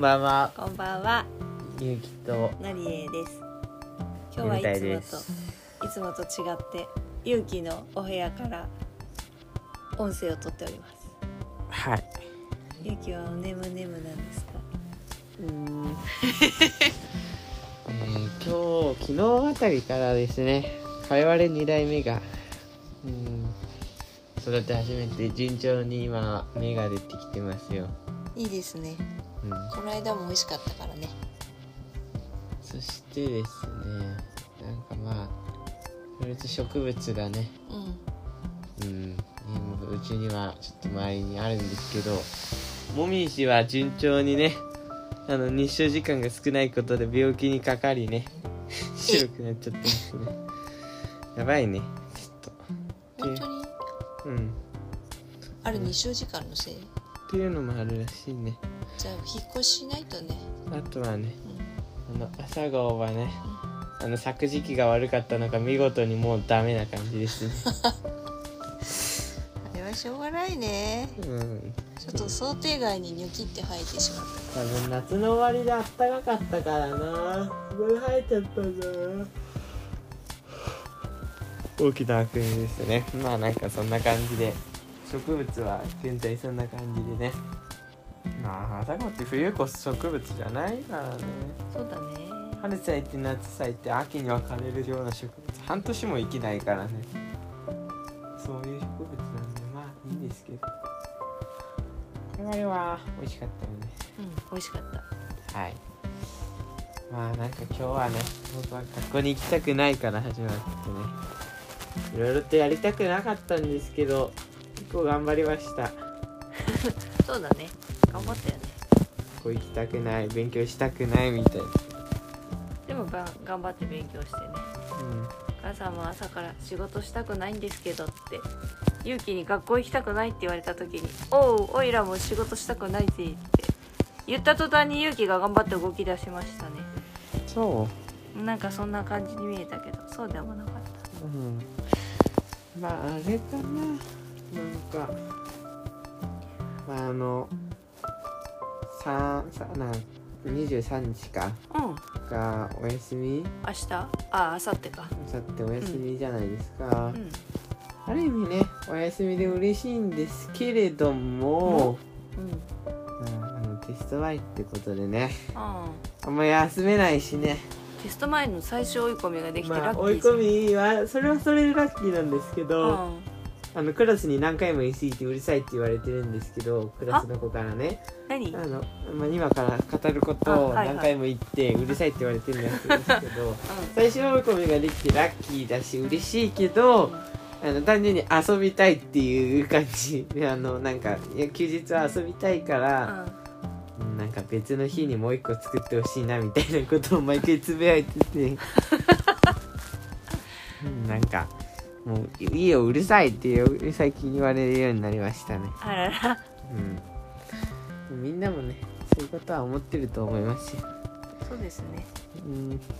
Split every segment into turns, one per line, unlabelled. ばんは、
こんばんは、
ゆうきと
のりえです。今
ゆみ
日
た
はいいつも
です。
といつもと違って、ゆうきのお部屋から音声をとっております。
はい。
ゆうきはおねむねむなんですか。
うーんえー今日、昨日あたりからですね、我々2代目が、うーん、育て始めて、順調に今、芽が出てきてますよ。
いいですね。
うん、
この間も美味しかったからね。
そしてですね、なんかまあ、フルーツ植物がね、
うん。
うん、ねもううちにはちょっと周りにあるんですけどもみじは順調にねあの日照時間が少ないことで病気にかかりね白くなっちゃってますねやばいねちょっと
本当に
ていう,、うん、っ
あれ日照時間のせい。
ていうのもあるらしいね
じゃあ引っ越ししないとね。
あとはね
う
あの朝顔はねあの咲く時期が悪かったのか見事にもうダメな感じ ですね
んあれはしょうがないね。
うん
ちょっと想定外にニョキって生えてしまっ
多分夏の終わりであったかかったからなすごい生えちゃったんだな大きな悪夢ですねまあなんかそんな感じで植物は現在そんな感じでねまあ朝顔って冬こそ植物じゃないからね
た。そうだね。
春咲いて夏咲いて秋に分かれるような植物半年も生きないからねそういう植物なんでまあいいですけど我々は美味しかったよね
うん、美味しかった。
はい。まあなんか今日はね、僕は学校に行きたくないから始まってね。いろいろとやりたくなかったんですけど、結構頑張りました。
そうだね。頑張ったよね。
学校行きたくない、勉強したくないみたいな。
でもば頑張って勉強してね。
うん。
お母さんも朝から仕事したくないんですけどって。勇気に学校行きたくないって言われた時に「おうおいらも仕事したくないぜ」って言った途端に勇気が頑張って動き出しましたね
そ
なんかそんな感じに見えたけどそうでもなかった
う。うん。まああれかな。なんか、まああの、三三なん23日か
うん明
がお休み
日ああ明後日か
あさってお休みじゃないですか。
うん
ある意味ねお休みで嬉しいんですけれども、
うん
うんあのテスト前ってことでね
ああ
あんま休めないしね
テスト前の最終追い込みができて
ま
ラ
あ
ッキー
追い込みはそれはそれでラッキーなんですけ
う
ど、
ん
あのクラスに何回も言い過ぎてうるさいって言われてるんですけどクラスの子からね
何
あの、まあ、今から語ることを何回も言ってうるさいって言われてるん ですけど、最終追い込みができてラッキーだし嬉しいけど、あの単純に遊びたいっていう感じであのなんかいや休日は遊びたいか
う
ら、う
ん
んなんか別の日にもう一個作ってほしいなみたいなことを毎回つぶやいて てうんなんかもう「いいようるさい」っていう最近言われるようになりましたね、
あらら
うん、みんなもねそういうことは思ってると思いますよ
そうですね
うんと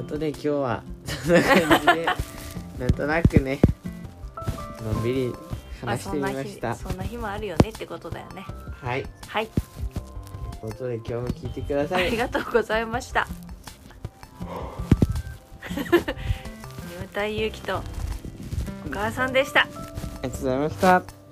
いうことで今日はそんな感じでなんとなく ねのんびり
まあ
話し
そ
て
ん
み
な
ま
日
した、
そんな日もあるよねってことだよね
はいとい
はい、
うことで今日も聞いてくださ
あり
い
がとうございました 眠たいゆうきとお母さんでした
ありがとうございました